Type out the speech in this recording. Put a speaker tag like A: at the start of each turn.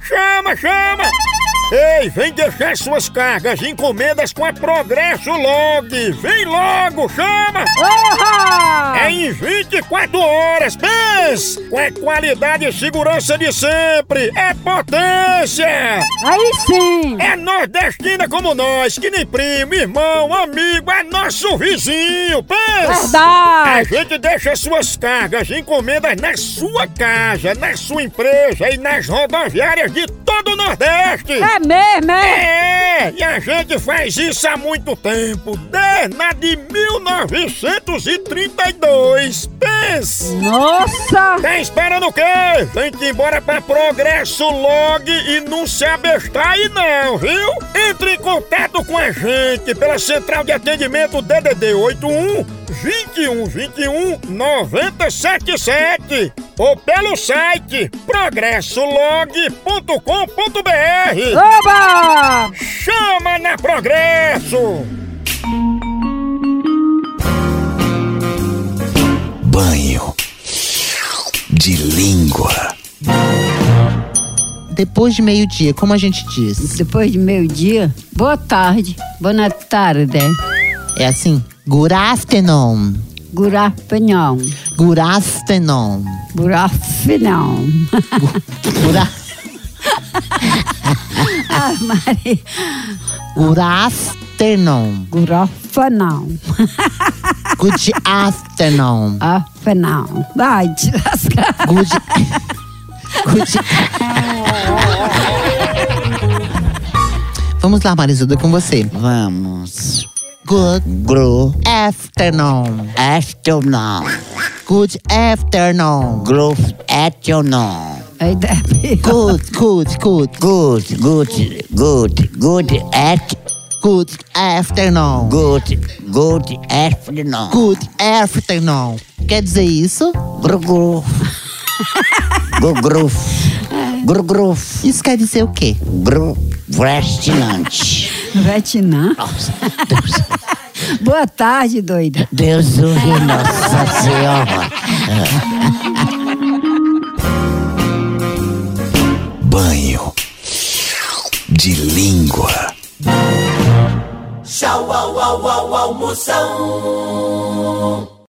A: chama, chama! Ei, vem deixar suas cargas e encomendas com a Progresso Log! Vem logo, chama! É em 24 horas, pense! Com a qualidade e segurança de sempre! É potência!
B: Aí sim!
A: É nordestina como nós, que nem primo, irmão, amigo, é nosso vizinho, pensa! A
B: Verdade!
A: gente deixa suas cargas e encomendas na sua casa, na sua empresa e nas rodoviárias de todo o Nordeste!
B: É mesmo, é?
A: É, e a gente faz isso há muito tempo, desde lá de 1932, pensa!
B: Nossa!
A: Tá esperando o quê? Tem que ir embora pra Progresso Log e não se abestar aí não, viu? Entre em contato com a gente pela central de atendimento DDD 81 21 21 977 ou pelo site progressolog.com.br.
B: Oba!
A: Chama na Progresso!
C: Banho de língua.
D: Depois de meio-dia, como a gente diz?
E: Depois de meio-dia, boa tarde, boa tarde,
D: É assim: Good afternoon.
E: gurá penhão,
D: Good afternoon.
E: gurá finão.
D: Good, a-
E: Ah, Maria,
D: good afternoon.
E: gurá fanão,
D: Good afternoon.
E: ah, fanão. Vai te lascar.
D: Good. Good. Vamos lá, Marizuda, com você.
F: Vamos.
D: Good
F: Gru.
D: afternoon.
F: Astronom.
D: Good afternoon.
F: Groove Astronom.
E: Aí dá pior.
D: Good, good, good.
F: Good, good, good, good at,
D: Good afternoon.
F: good, good astronom.
D: Good afternoon. Quer dizer isso?
F: Gru gru. Gru gru. Gru gru.
D: Isso quer dizer o quê?
F: Gru. Fascinante.
E: Vetinã. Boa tarde, doida.
F: Deus o livre, Nossa Senhora.
C: Banho de língua.
G: Tchau, au, au, au, almoção.